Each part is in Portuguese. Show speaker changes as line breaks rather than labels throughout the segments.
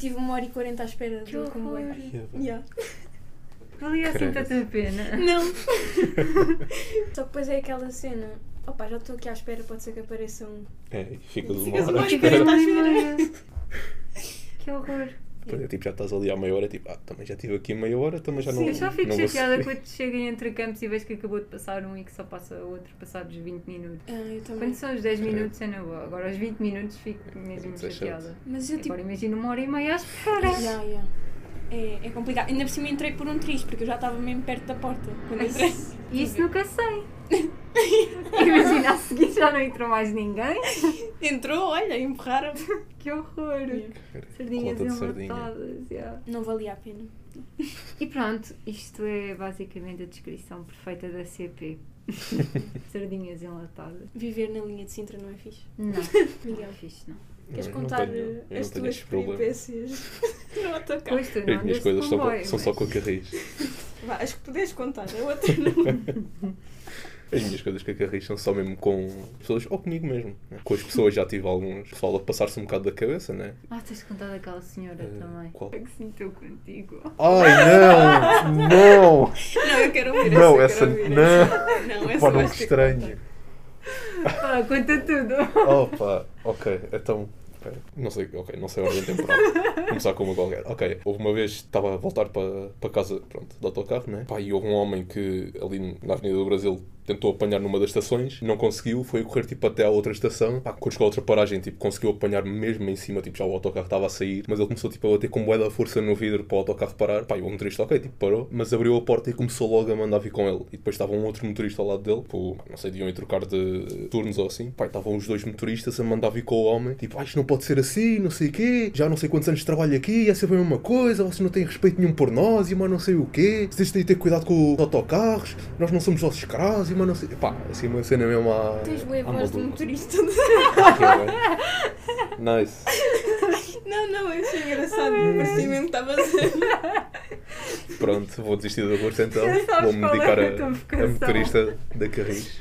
Tive uma hora e quarenta à espera
Que
do
horror.
comboio. Yeah.
Valia assim
Credo.
tanta pena.
Não! Só que depois é aquela cena. Opa, já estou aqui à espera, pode ser que apareça um.
É, e ficas uma
Ficas
hora à
Tipo,
uma hora e
espera.
quarenta.
Ai, meu Deus. Que horror.
Pois é, tipo, já estás ali há meia hora, tipo, ah, também já estive aqui meia hora, também já não.
Eu só fico
não vou
chateada
sair.
quando cheguem entre campos e vejo que acabou de passar um e que só passa outro passados 20 minutos.
Ah, eu também.
Quando são os 10 minutos é na boa, agora aos 20 minutos fico mesmo
Isso é chato.
chateada.
Mas eu tipo.
Agora imagino uma hora e meia à espera.
Yeah, yeah. É, é complicado. Ainda por cima entrei por um triz, porque eu já estava mesmo perto da porta quando entrei.
E isso nunca sei. Imagina, a seguir já não entrou mais ninguém.
Entrou, olha, empurraram.
Que horror. Sardinhas
Conta de sardinha.
enlatadas, yeah.
Não valia a pena.
E pronto, isto é basicamente a descrição perfeita da CP. Sardinhas enlatadas.
Viver na linha de Sintra não é fixe.
Não,
Miguel.
não é fixe, não.
Queres
Não, não
contar
tenho- eu
eh,
não
as
tenho
tuas
esse problema.
peripécias no autocarro?
Pois tu não
As minhas
andas
coisas
de
são,
comboio, é?
são só
mas-
com carris.
Vá, acho que podes contar, a outra não.
As minhas coisas com carris são só mesmo com pessoas, ou comigo mesmo. né? Com as pessoas já tive alguns pessoal a passar-se um bocado da cabeça, né?
Ah, tens contado aquela senhora
Eh,
também.
qual?
É que se meteu contigo.
Ai não! Não!
Não, eu quero ouvir
Não,
essa.
essa.
eu quero ouvir
Não!
essa. Não, essa
Pá, não
vais
que
ter
estranho!
Pá, conta tudo.
Opa, ok, então. ok. Não sei, ok, não sei a ordem temporal. Vou Começar com uma qualquer. Ok, houve uma vez estava a voltar para, para casa, pronto, do autocarro, né? Pá, e houve um homem que ali na Avenida do Brasil tentou apanhar numa das estações, não conseguiu, foi correr tipo até à outra estação. Pá, quando chegou a outra paragem, tipo, conseguiu apanhar mesmo em cima, tipo, já o autocarro estava a sair, mas ele começou tipo a bater com bué da força no vidro para o autocarro parar. Pá, e o motorista, ok, tipo, parou, mas abriu a porta e começou logo a mandar vir com ele. E depois estava um outro motorista ao lado dele, tipo, não sei, deviam ir trocar de turnos ou assim. Pá, e estavam os dois motoristas a mandar vir com o homem, tipo, ah, isto não pode ser assim, não sei o quê, já não sei quantos anos trabalho aqui, é sempre a mesma coisa, vocês não têm respeito nenhum por nós, e mas não sei o quê, vocês têm de ter cuidado com os autocarros, nós não somos vossos escravos, e mas não sei. Pá, assim uma cena mesmo à.
Tens boa
à
voz de
Madonna.
motorista.
Que bem. Nice.
Não, não, eu achei engraçado.
Ah,
Parecia mesmo que estavas a.
Pronto, vou desistir do aborto então.
Já sabes
Vou-me
qual é
dedicar
a
a,
tua
a
vocação.
motorista da Carris.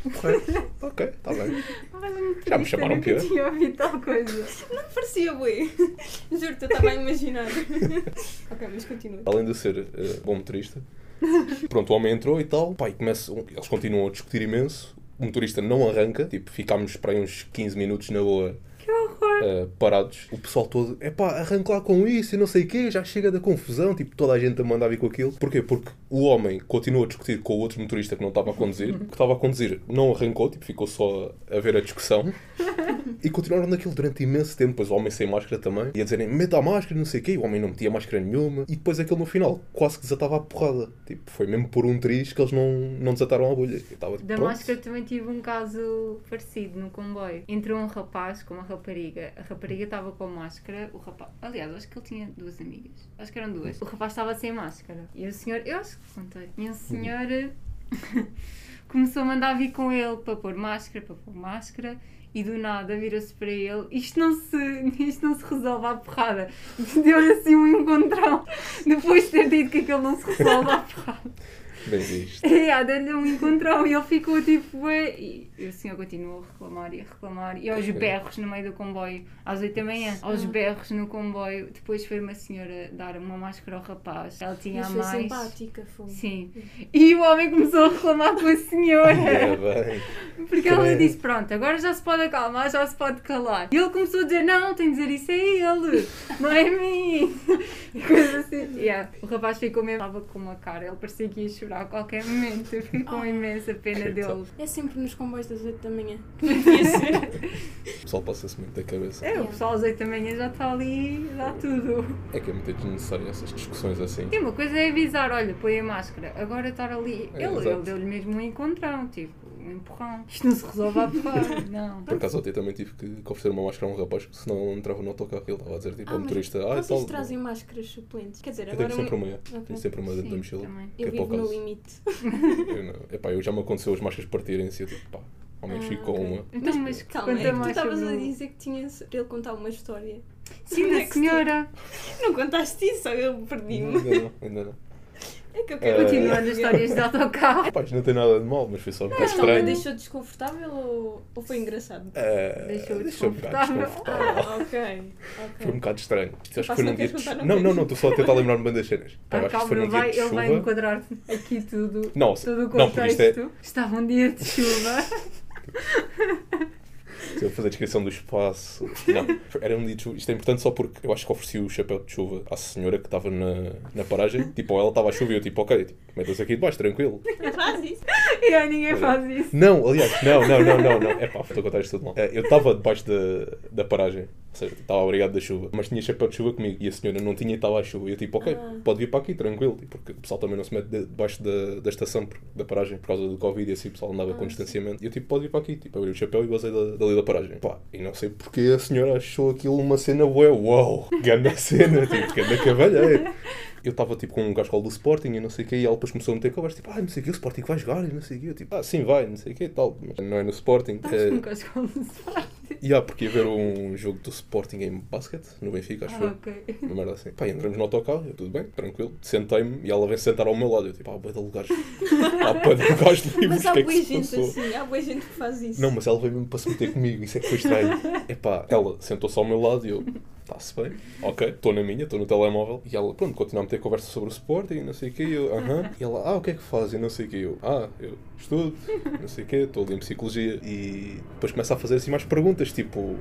ok, está bem. Já me chamaram
pior.
pior.
um tinha ouvido tal coisa.
Parecia bué. Juro-te, eu estava a imaginar. ok, mas continua.
Além de ser eh, bom motorista. Pronto, o homem entrou e tal. Pá, e começa, eles continuam a discutir imenso. O motorista não arranca. Tipo, ficámos para aí uns 15 minutos na boa
Que horror.
eh, parados. O pessoal todo, é pá, arranca lá com isso e não sei o quê. Já chega da confusão. Tipo, toda a gente a mandar vir com aquilo. Porquê? Porque o homem continuou a discutir com o outro motorista que não estava a conduzir. Que estava a conduzir não arrancou. Tipo, ficou só a ver a discussão. E continuaram naquilo durante imenso tempo. Depois o homem sem máscara também. E a dizerem, meta a máscara, não sei o quê. E o homem não metia máscara nenhuma. E depois aquilo no final quase que desatava a porrada. Tipo, foi mesmo por um triz que eles não, não desataram a bolha. Eu estava tipo,
Da
pronto.
máscara também tive um caso parecido no comboio. Entrou um rapaz com uma rapariga. A rapariga estava com a máscara. O rapaz. Aliás, acho que ele tinha duas amigas. Acho que eram duas. O rapaz estava sem máscara. E o senhor. Eu acho que contei. E o senhor. começou a mandar vir com ele para pôr máscara, para pôr máscara. E do nada vira-se para ele, isto não, se, isto não se resolve à porrada. Deu-lhe assim um encontrão, depois de ter dito que aquilo não se resolve à porrada.
Bem visto.
É, a dar-lhe um encontrão e ele ficou tipo, ué, e, e o senhor continuou a reclamar e a reclamar. E aos berros no meio do comboio, às 8 da manhã, aos berros no comboio. Depois foi uma senhora dar uma máscara ao rapaz, ela tinha
Mas
a
foi
mais.
simpática, foi.
Sim. E o homem começou a reclamar com a
É,
senhora.
bem.
Porque ela
credo.
disse: Pronto, agora já se pode acalmar, já se pode calar. E ele começou a dizer: Não, tem de dizer isso a ele, não é a mim. E coisa assim. Yeah. O rapaz ficou mesmo, estava com uma cara, ele parecia que ia chorar a qualquer momento. Eu fiquei
Ah,
com imensa pena dele.
É sempre nos comboios das 8 da manhã. que não devia ser.
O pessoal passa-se muito da cabeça.
É, o pessoal às 8 da manhã já está ali, dá tudo.
É que é muito desnecessário essas discussões assim.
E uma coisa é avisar: Olha, põe a máscara, agora estar ali.
É,
ele
exato.
ele deu-lhe mesmo um encontrão, tipo, um empurrão. Isto não se resolve a porrada, não.
Por acaso ontem também tive que oferecer uma máscara a um rapaz que senão não entrava no autocarro. Ele estava a dizer tipo
Ah,
ao
mas
motorista, ah, e
Vocês
tal.
trazem máscaras suplentes. Quer dizer,
Eu
agora.
tenho sempre
um-
uma, é.
Ok.
tenho sempre uma dentro da
Sim,
mochila.
também.
Que é
Eu
para o
vivo no
caso.
limite.
Eu, não- epá, eu já me aconteceu as máscaras partirem-se, eu tipo, pá, ao menos
Ah,
fico com
ok.
uma.
Então, mas
Calma,
conta
é que tu
mais
estavas
sobre
a
o-
dizer que tinhas para ele contar uma história.
Sim,
Onde é
da
que
senhora.
Não contaste isso, eu perdi-me.
Ainda não, ainda não.
É que eu
Eh,
quero.
Continuando as histórias de autocarro.
Pá, isto não tem nada de mal, mas foi só um bocado
Mas não me
é estranho.
deixou desconfortável ou, ou foi engraçado?
Eh,
Deixou-o
deixou um bocado
desconfortável.
desconfortável.
Ah, ok.
Foi um
Ok.
bocado estranho. Isto acho que
Pá,
foi
se
num
não
dia
queres
de chu-
contar, não
Não, não,
conheço.
não, estou só a tentar lembrar-me bem das cenas. Pá,
Ah,
acho que foi
calma,
num dia
vai,
de
ele vai
chuva.
enquadrar aqui tudo.
Não,
Todo o
não, porque isto é-
contexto. Estava um dia de chuva.
Se eu fazer a descrição do espaço. Não, era um dia de chuva. Isto é importante só porque eu acho que ofereci o chapéu de chuva à senhora que estava na, na paragem. Tipo, ela estava a chuva e eu, tipo, ok, tipo, metam-se aqui debaixo, tranquilo.
Faz isso.
e aí ninguém faz isso.
Não, aliás, não, não, não, não, não. É pá, estou a contar isto tudo mal. Eh, Eu estava debaixo da, da paragem, ou seja, estava abrigado da chuva, mas tinha chapéu de chuva comigo e a senhora não tinha e estava à chuva. E eu tipo, ok,
Ah.
pode vir para aqui, tranquilo, tipo, porque o pessoal também não se mete de- debaixo da, da estação, por- da paragem, por causa do Covid e assim, o pessoal andava
Ah,
com
sim.
distanciamento. E eu tipo, pode vir para aqui, tipo, abri o chapéu e basei da, dali da paragem. Pá, e não sei porque a senhora achou aquilo uma cena boa, uau, grande cena, tipo, grande cavalheiro. Eu estava tipo com um gajo do Sporting e não sei o que, e ela depois começou a meter conversa, tipo, ah, não sei o que, o Sporting vai jogar e não sei o que. Eu tipo, ah, sim, vai, não sei o que e tal, mas não é no Sporting.
Tá,
Estás
É,
com um cascão de sorte.
e há porque ia ver um jogo do Sporting em basquete, no Benfica, acho
Ah,
que foi.
ok.
Uma merda assim. Pá, entramos no autocarro, eu, tudo bem, tranquilo. Sentei-me e ela vem sentar ao meu lado. Eu tipo, ah, boi de lugares. Ah, boi de lugares livres,
Mas
o
há
que é que
boa
se
gente
passou?
assim, há boa gente que faz isso.
Não, mas ela veio mesmo para se meter comigo, isso é que foi estranho. Epá, ela sentou-se ao meu lado e eu, está-se bem, ok, estou na minha, estou no telemóvel. E ela, pronto, continua a meter conversa sobre o Sporting e não sei o quê, e eu, aham. E ela, ah, o que é que faz? E não sei o quê, eu, ah, eu estudo, não sei o quê, estou ali em psicologia. E depois começa a fazer assim mais perguntas, tipo...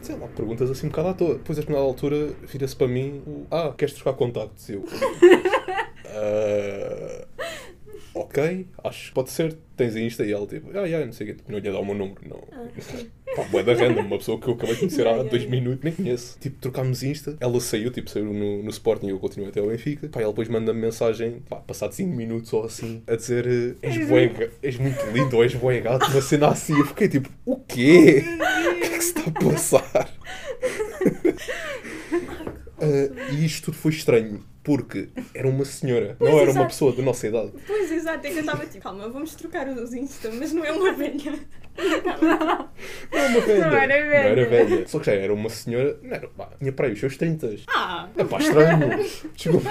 Sei lá, perguntas assim um bocado à toa. Depois, a determinada altura, vira-se para mim o Ah, queres trocar contactos? E eu. "Ah, ok, acho que pode ser. Tens a Insta e ela tipo, ah, yeah, não sei o quê. Tipo, não lhe dá o meu número, não.
Ah, sim.
Pá, bué da random, uma pessoa que eu acabei de conhecer há
Yeah, yeah,
dois
yeah.
minutos, nem conheço. Tipo, trocámos Insta, ela saiu, tipo, saiu no, no Sporting e eu continuei até ao Benfica. Pá, ela depois manda-me mensagem, pá, passado 5 minutos ou assim, a dizer eh, és bué, ga- és muito lindo, ou és bué gato, uma cena assim. Eu fiquei tipo, o quê? O que é que se está a passar? Ah, e isto tudo foi estranho, porque era uma senhora,
Pois,
não era uma
exato.
pessoa da nossa idade.
Pois, exato, é que eu estava tipo, calma, vamos trocar os Insta, mas não é uma velha.
Não era uma velha.
Não era velha.
Não era velha. Só que já era uma senhora, não era, pá, tinha para aí os seus 30.
Ah!
É pá, estranho. Desculpa.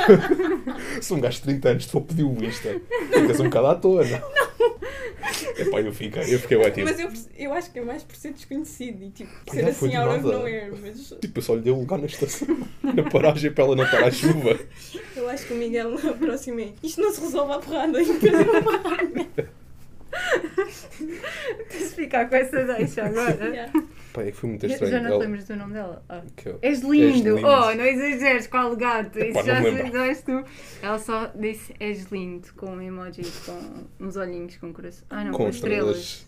Se um gajo de 30 anos te for pedir o Insta, ficas um bocado à toa, não? Não. É pá, eu fiquei, eu fiquei tipo, ótimo.
Mas eu, perce- eu acho que é mais por ser desconhecido e tipo,
Pá,
ser
não Ah, foi
assim
de
out of
nada.
nowhere, mas
Tipo, eu só lhe dei um lugar na estação, na paragem para ela não estar à chuva.
eu acho que o Miguel a próxima é isto não se resolve à porrada, e depois é uma porrada.
Tens de ficar com essa deixa agora.
Yeah.
Pá, é que foi muito
Já-
estranho.
Já não te
Ela-
lembras do nome dela? Ah.
que eu-
És lindo.
És lindo.
Oh, não exageres com o gato.
Epá,
Isso
não
já
me lembro.
és tu. Ela só disse és lindo com um emoji com uns olhinhos com coração. Ah, não, com,
com
estrelas.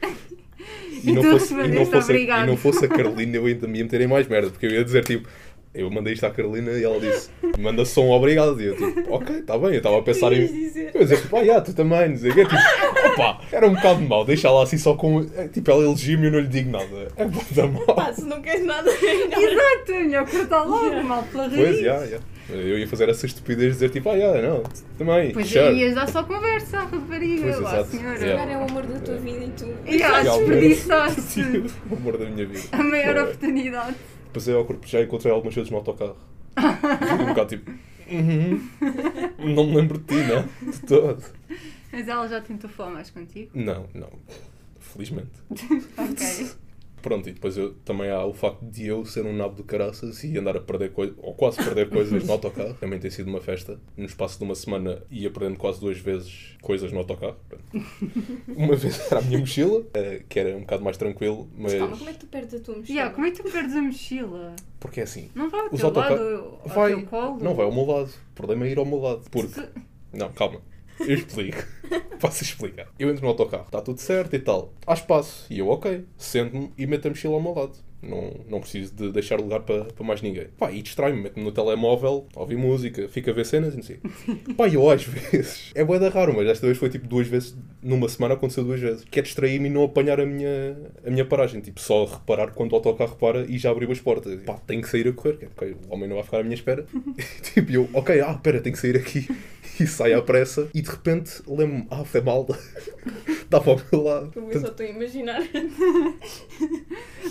estrelas.
E tu
e,
respondeste,
não fosse a,
"Obrigado."
e não fosse a Carolina, eu ainda me ia meter em mais merda, porque eu ia dizer tipo. Eu mandei isto à Carolina e ela disse: manda só um obrigado. E eu, tipo, ok, está bem. Eu estava a pensar
Ias
em.
dizer.
Eu ia dizer, tipo, ah, yeah, tu também, não sei o quê. Tipo, opa, era um bocado mau deixar lá assim só com. é, Tipo, ela elogia-me e eu não lhe digo nada. É muito
Pá,
mau.
se não queres nada, é
Exato, é melhor cortar logo, mal pela raiz.
Pois, yeah, yeah. Eu ia fazer essa estupidez de dizer, tipo, ah, yeah, não, tu também.
Pois
sure."
aí ias dar só conversa à rapariga,
Pois,
lá,
exato.
senhora.
se
Yeah.
calhar é o amor da tua vida e tu.
E ah,
Realmente.
desperdiçaste
O amor da minha vida.
a maior
Foi.
oportunidade.
Passei ao corpo, já encontrei algumas vezes no autocarro. Fiquei um bocado tipo. "Uhum, Não me lembro de ti, não? De todo.
Mas ela já tentou falar mais contigo?
Não, não. Felizmente.
Ok.
Pronto, e depois eu, também há o facto de eu ser um nabo de caraças e andar a perder coisas, ou quase perder coisas no autocarro. Também tem sido uma festa. No espaço de uma semana ia perdendo quase duas vezes coisas no autocarro. Pronto. Uma vez era a minha mochila, eh, que era um bocado mais tranquilo, mas.
Calma, como é que tu perdes a tua mochila?
Yeah, como é que tu perdes a mochila?
Porque é assim.
Não vai ao
Os
teu
autoca-
lado, ao
Vai,
teu colo?
não vai ao meu lado. O problema é ir ao meu lado. Porque.
Se-
Não, calma. Eu explico. Posso explicar. Eu entro no autocarro, está tudo certo e tal. Há espaço. E eu, ok, sento-me e meto a mochila ao meu lado. Não, não preciso de deixar lugar para, para mais ninguém. Pá, e distrai-me, meto-me no telemóvel, ouvi música, fico a ver cenas e não sei. Pá, eu às vezes. É bué da raro, mas desta vez foi tipo duas vezes. Numa semana aconteceu duas vezes. Que é distrair-me e não apanhar a minha, a minha paragem. Tipo, só reparar quando o autocarro para e já abriu as portas. Pá, tenho que sair a correr. que é, ok, o homem não vai ficar à minha espera. tipo, eu, ok, ah, pera, tenho que sair aqui. E saio à pressa e de repente lembro-me, ah, foi mal. Estava ao meu lado.
Como eu só
Portanto,
estou a imaginar.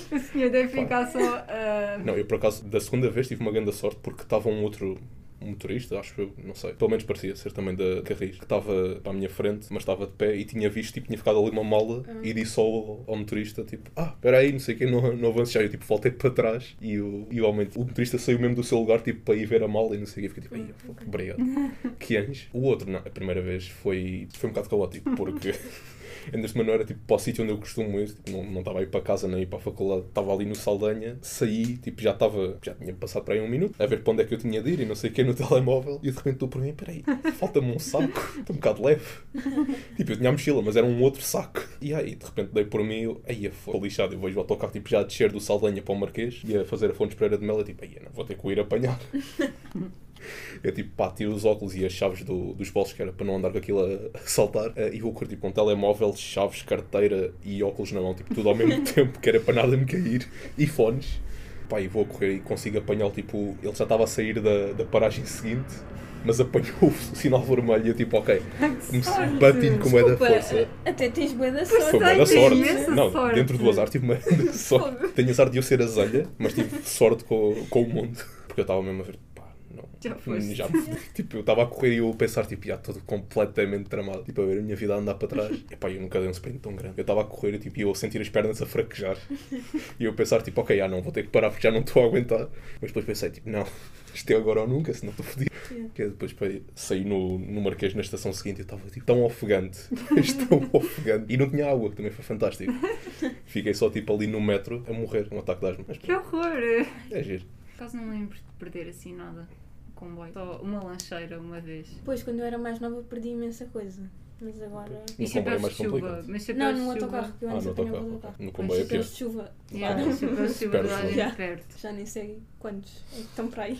O senhor deve ficar só. ah,
Não, eu por acaso, da segunda vez tive uma grande sorte porque estava um outro um motorista, acho eu, não sei. Pelo menos parecia ser também da Carris, que estava para a minha frente, mas estava de pé e tinha visto, tipo, tinha ficado ali uma mala e disse ao, ao motorista, tipo, ah, espera aí, não sei o quê, não, não avances já. Eu, tipo, voltei para trás e o, e o aumento. O motorista saiu mesmo do seu lugar, tipo, para ir ver a mala e não sei o quê. Fiquei tipo, ai, fuck, obrigado. que anjo. O outro, não, a primeira vez foi, foi um bocado caótico, porque... Ainda semana não era tipo para o sítio onde eu costumo ir, tipo, não, não estava a ir para casa nem a ir para a faculdade, estava ali no Saldanha, saí, tipo, já estava, já tinha passado para aí um minuto, a ver para onde é que eu tinha de ir e não sei o que no telemóvel, e de repente estou por mim, peraí, falta-me um saco, estou um bocado leve. Tipo, eu tinha a mochila, mas era um outro saco. E aí, de repente dei por mim, eu, aí foi lixado, eu vejo o autocarro tipo, já a descer do Saldanha para o Marquês e a fazer a Fontes Pereira de Mela, tipo, aí não vou ter que o ir apanhar. Eu tipo, pá, tiro os óculos e as chaves do- dos bolsos, que era para não andar com aquilo a, a saltar, eh, e vou correr tipo com telemóvel, chaves, carteira e óculos na mão, tipo, tudo ao mesmo tempo, que era para nada me cair, e fones. Pá, e vou a correr e consigo apanhá-lo, tipo, ele já estava a sair da, da paragem seguinte, mas apanhou o sinal vermelho e eu tipo, ok, comecei a bater com moeda
Desculpa,
força.
Até tens boa da
Pois
sorte.
Foi uma
Ai,
da
tens
sorte.
imensa
Não,
sorte.
dentro do azar tive uma da sorte. Tenho azar de eu ser azalha, mas tive sorte com, com o mundo. Porque eu estava mesmo a ver, pá, não.
Já foste.
Já me fodi. Tipo, eu estava a correr e eu a pensar, tipo, já estou completamente tramado. Tipo, a ver a minha vida a andar para trás. E pá, eu nunca dei um sprint tão grande. Eu estava a correr e tipo, eu a sentir as pernas a fraquejar. E eu a pensar, tipo, ok, ah não, vou ter que parar porque já não estou a aguentar. Mas depois pensei, tipo, não, isto é agora ou nunca, senão estou fodido.
Yeah.
Que é depois pá, saí no, no Marquês na estação seguinte e eu estava tipo, tão ofegante, mas tão ofegante. E não tinha água, que também foi fantástico. Fiquei só tipo ali no metro a morrer, um ataque de asma. Mas
Que
pronto,
horror!
é giro.
Por acaso não lembro de perder assim nada no comboio. Só uma lancheira uma vez.
Depois, quando eu era mais nova, perdi imensa coisa. Mas agora.
No
E chapéus
comboio é mais
de chuva.
complicado.
Não,
Mas
num
chapéus de chuva.
autocarro, que eu
Ah,
antes
no
apanhava
autocarro,
o
ok.
autocarro.
No comboio é
Mas chapéus de chuva.
Yeah,
Ah,
chapéus de chuva de
Espero
que não.
lá perto.
Já nem sei quantos é que estão para aí.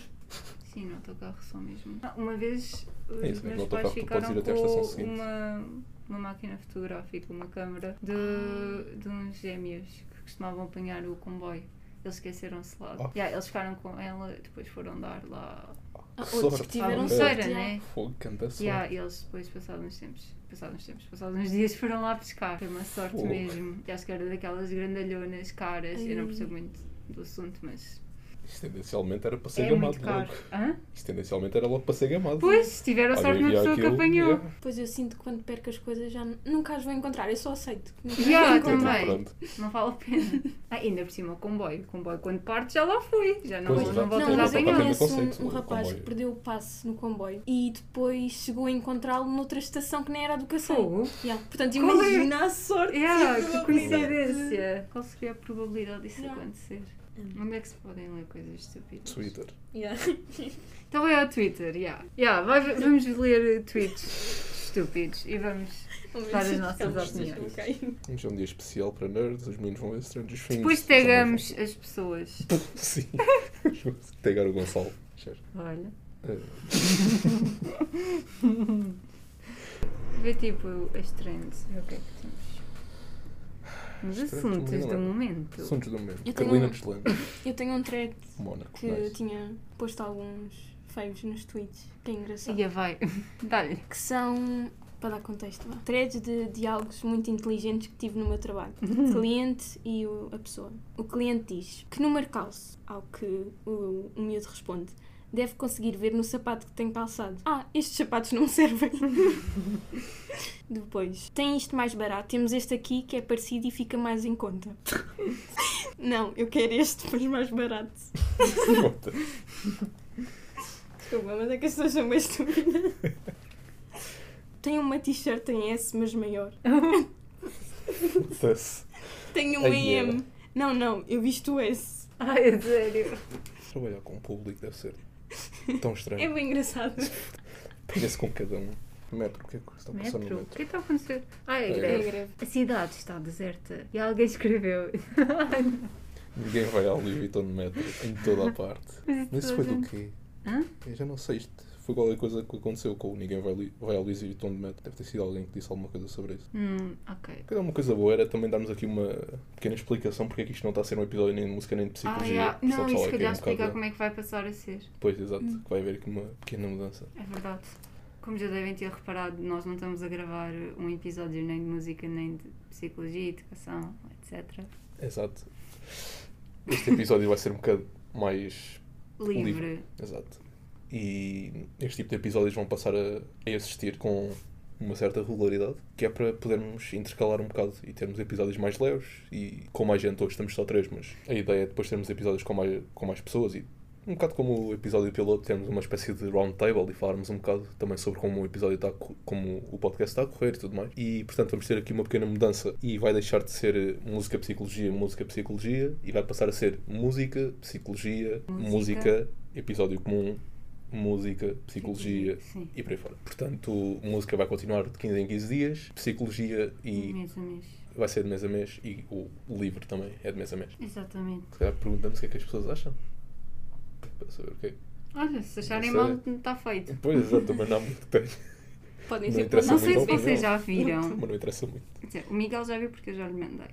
Sim, no autocarro só mesmo. Ah, uma vez os
É isso mesmo, no
meus
autocarro
pais
tu
ficaram
podes ir até à estação
com
seguinte.
uma, uma máquina fotográfica, uma câmara, de, de uns gêmeos que costumavam apanhar o comboio. Eles esqueceram-se lá.
Ah.
Yeah, eles ficaram com ela, depois foram dar lá
Ah,
Que
outros
sorte.
que
à
tiveram
Ah,
lancheira,
sorte,
né?
Fogo, canta só.
Yeah, e eles depois, passados uns tempos, passados uns tempos, passados uns dias, foram lá pescar. Foi uma sorte
Fogo.
mesmo. E acho que era daquelas grandalhonas caras. Eu não
Ai.
percebo muito do assunto, mas
Isto tendencialmente era para ser
é
gamado
muito caro.
logo.
Hã?
Isto tendencialmente era logo para ser gamado.
Pois, tiveram
Olha,
sorte na
e
pessoa que
aquilo,
apanhou.
yeah.
Pois eu sinto que quando perco as coisas já n- nunca as vou encontrar, eu só aceito. que nunca as
Yeah,
vou
eu
encontrar.
Ah, também.
Então, Pronto.
Não vale a pena. Ah, ainda por cima o comboio. O comboio quando parte já lá foi. Já não,
Pois,
não
Não,
exato.
voltas
Volta
mas eu
a
para cá,
ganhar.
ainda
conheço
consegue-se
um, um
no
rapaz que
comboio.
perdeu o passe no comboio e depois chegou a encontrá-lo noutra estação que nem era a do Cacém.
Fogo.
Yeah, portanto,
Qual é?
imagina a sorte. e a
Yeah, que
probabilidade.
coincidência. Qual seria a probabilidade disso
Yeah.
acontecer? Onde é que se podem ler coisas estúpidas?
Twitter.
Yeah.
Então vai ao Twitter, yeah. Yeah, vai- vamos ler tweets estúpidos e vamos. Dar as nossas opiniões.
Ok.
Hoje é um dia especial para nerds, os meninos vão ver Stranger Things. já
Depois
não vão.
pegamos as pessoas.
Sim. Pegar o Gonçalo. Cheiro.
Olha.
Eh,
Vê tipo as trends. Vê o que é que temos. Nos
As trends do
assuntos do
momento.
momento.
Assuntos do mesmo.
Eu tenho
Carolina
um-
dos Lemos.
Eu tenho um thread
Mónaco. é?
que
nice.
tinha posto alguns feios nos tweets, que é engraçado.
Siga, vai. Dá-lhe.
Que são, para dar contexto, vá, threads de diálogos muito inteligentes que tive no meu trabalho. O cliente e o- a pessoa. O cliente diz: Que número calço? Ao que o, o miúdo responde: Deve conseguir ver no sapato que tem calçado. Ah, estes sapatos não me servem. Depois, tem isto mais barato. Temos este aqui que é parecido e fica mais em conta. não, eu quero este, mas mais barato.
Conta.
Desculpa, mas é que as pessoas são bem estúpidas. Tenho uma t-shirt em S, mas maior.
Acontece.
Tenho um
Ai,
em
é.
M. Não, não, eu visto o S.
Ai, é sério.
Trabalhar com o público deve ser tão
É
estranho.
bem engraçado.
Pega-se com cada um. Metro, o que é que está a passar no
Metro? O
metro?
que está a acontecer? Ai,
É.
é
É
greve.
greve.
A cidade está deserta. E alguém escreveu. Ai, não.
Ninguém vai ao Louis Vuitton no metro, em toda a parte. Mas isso foi
toda a
do
gente-
quê?
Hã?
Eu já não sei isto. Foi qualquer coisa que aconteceu com o Ninguém vai, li- vai ao Louis Vuitton de metro. Deve ter sido alguém que disse alguma coisa sobre isso.
Hum, ok.
Cada uma coisa boa era também darmos aqui uma pequena explicação porque é que isto não está a ser um episódio nem de música nem de
Ah,
psicologia.
yeah. Não, e
isso
se calhar explicar como é Hum. que vai passar a ser.
um Pois, exato, que vai haver aqui uma pequena mudança.
É verdade. Como já devem ter reparado, nós não estamos a gravar um episódio nem de música, nem de psicologia, educação, etc.
Exato. Este episódio vai ser um bocado mais.
Livre.
Exato. E este tipo de episódios vão passar a, a assistir com uma certa regularidade, que é para podermos intercalar um bocado e termos episódios mais leves e com mais gente. Hoje estamos só três, mas a ideia é depois termos episódios com mais, com mais pessoas e um bocado como o episódio piloto, termos uma espécie de round table e falarmos um bocado também sobre como o episódio está, a co- como o podcast está a correr e tudo mais. E portanto vamos ter aqui uma pequena mudança e vai deixar de ser eh, música psicologia, música psicologia e vai passar a ser música, psicologia,
Música.
música episódio comum, música, psicologia
Sim.
e por aí fora. Portanto, música vai continuar de 15 em 15 dias, psicologia
E...
e
Mês a mês.
vai ser de mês a mês e o livro também é de mês a mês.
Exatamente.
Se calhar perguntamos o que é que as pessoas acham. Para saber o que é.
Olha, se acharem
Não
mal,
sei.
está feito.
Pois, exato, também não há muito que tenho.
Podem
Não
ser
interessa
Não
contados.
muito
sei se
a opinião.
vocês já viram.
Mas não interessa muito.
Quer dizer, o Miguel já viu porque eu já lhe mandei.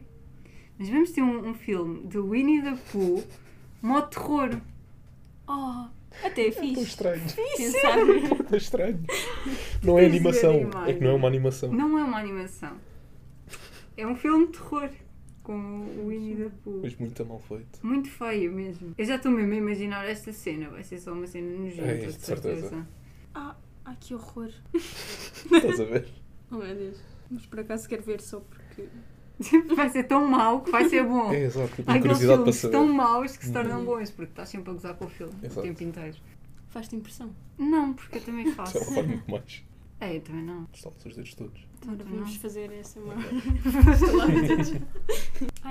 Mas vamos ter um, um filme de Winnie the Pooh, modo terror.
Oh, até é
Tão
fixe.
estranho.
Pensar.
Tão estranho. Não é
Tens de ver a
animação.
imagem.
É que não é uma animação.
Não é uma animação. É um filme de terror com o Winnie the Pooh.
Mas muito mal feito.
Muito feio mesmo. Eu já estou mesmo a imaginar esta cena. Vai ser só uma cena nojenta,
É,
de
de certeza.
certeza.
Ah, ai, que horror.
Estás a ver?
Oh meu Deus. Mas por acaso quero ver só porque.
Vai ser tão mau que vai ser bom.
É, exato. Tipo,
Há
uma
aqueles
curiosidade para
filmes
saber.
tão maus que se tornam
Uhum.
bons, porque estás sempre a gozar com o filme
Exato. é
o tempo inteiro.
Faz-te impressão.
Não, porque eu também faço.
Ela faz muito mais.
é, eu também não.
Estala-se os dedos todos.
Agora
Tanto
vamos
não.
fazer essa maior.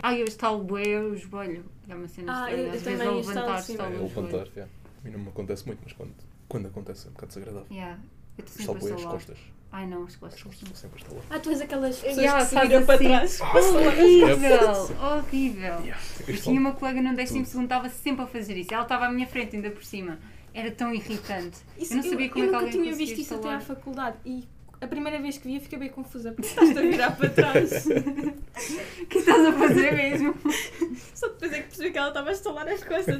Ah, eu estalo bué o joelho. É uma
Ah, eu-
cena estranha. Às
eu
vezes
também estalo
ao
assim
levantar,
sempre.
É,
estalo
eu
o joelho.
levantar. é. A mim não me acontece muito, mas quando, quando acontece é um bocado desagradável.
Yeah. Eu estou
Estalo
sempre
bem
a
as
estalar.
costas.
Ai não, as
As
costas.
costas
não.
estão sempre a estalar.
Ah, tu és aquelas pessoas
Yeah,
que se
faz
viram para
assim.
trás.
Ah.
Horrível! Horrível!
Yeah.
Eu tinha uma colega no 12 segundo, estava sempre a fazer isso. Ela estava à minha frente, ainda por cima. Era tão irritante.
Isso,
eu não sabia como
eu
é que
nunca
alguém
tinha
conseguia
visto isso até
instalar.
à faculdade e a primeira vez que vi eu fiquei bem confusa porque estás a virar para trás.
O que estás a fazer mesmo?
Só depois é que percebi que ela estava a estalar as costas.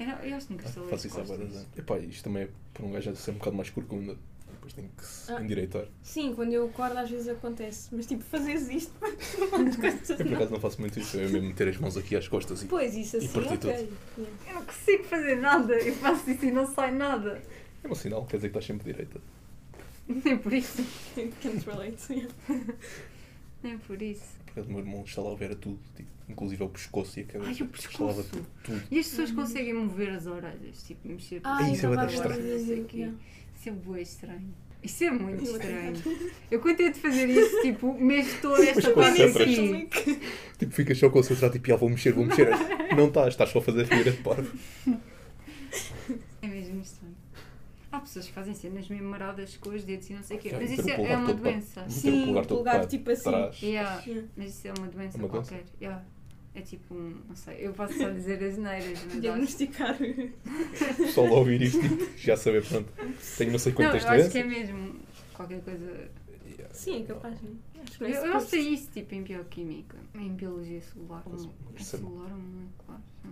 Eu, não- eu acho que nunca estou a
Ah, Faço isso há várias anos. Epá, isto também é por um gajo a ser um bocado mais corcunda. Depois tem que se
Ah.
endireitar.
Sim, quando eu acordo às vezes acontece, mas tipo, fazes isto para as costas.
Eu É por
não.
acaso não faço muito isso, eu mesmo meter as mãos aqui às costas e.
Pois, isso
E
assim,
parti
ok.
tudo.
Yeah.
Eu não consigo fazer nada. Eu faço isso e não sai nada.
É um sinal, quer dizer que estás sempre direita.
Nem por isso.
Can't relate. yeah.
Nem por isso.
Por acaso o meu irmão instalava era tudo, tipo, inclusive o pescoço e a cabeça. Tipo,
Ai, o
Instalava
pescoço.
tudo, tudo.
E as pessoas conseguem mover as orelhas, tipo, mexer por
Ah,
Isso é
eu
bué
estava
estranho.
a dizer que, yeah.
Isso é bué estranho. Isso é muito
Eu
estranho. Eu contei de fazer isso, tipo, o mês todo, esta parte
concentras-te.
é
aqui.
Tipo, ficas só concentrado, tipo, ah, vou mexer, vou mexer. não estás, estás só a fazer figura de parvo.
É mesmo estranho. Há pessoas que fazem cenas mesmo maradas com os dedos e não sei o quê.
Já,
Mas
meter
isso
o
é,
polegar
é uma
todo para-
doença. É,
meter
Sim,
o polegar todo
polegar,
para
tipo assim.
trás.
Yeah,
Yeah.
Mas isso é uma doença
Uma doença?
qualquer. Yeah. É tipo um. Não sei. Eu posso só dizer as neiras, mas. acho-
Diagnosticar.
Só ao ouvir isto, tipo, já saber, pronto. Tenho não sei
Não,
quantas
eu acho que é
doenças.
mesmo qualquer coisa.
Yeah.
Sim, é capaz, não é? Acho que
Eu,
não é
eu não
suposto.
sei isso, tipo, em bioquímica. Em biologia celular.
Mas-
Ou-
mas
é
isso é-
celular ou molecular? Hum,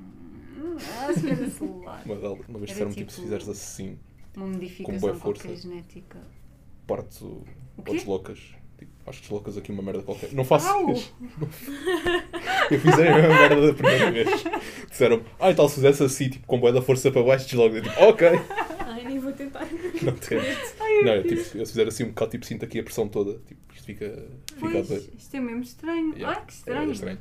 Ah, se vê celular.
Uma, aula- uma vez
Era
disseram tipo,
tipo-
se fizeres assim,
Uma
boa
modificação
força.
qualquer genética.
partes o.
O
Ou
quê?
deslocas. Tipo, acho que deslocas aqui uma merda qualquer. Não faço
Au!
isso. Eu fiz a mesma merda da primeira vez. Disseram-me, ai tal, se fizesse assim, tipo, com boa da força para baixo, deslogo. Eu tipo, ok.
Ai, nem vou tentar.
Não tento. Não, eu, tipo, eu se fizer assim um bocado, tipo, sinto aqui a pressão toda. Tipo, isto fica, fica a
Pois,
doer.
isto é mesmo estranho.
Yeah,
Ai, que
É
estranho.
estranho.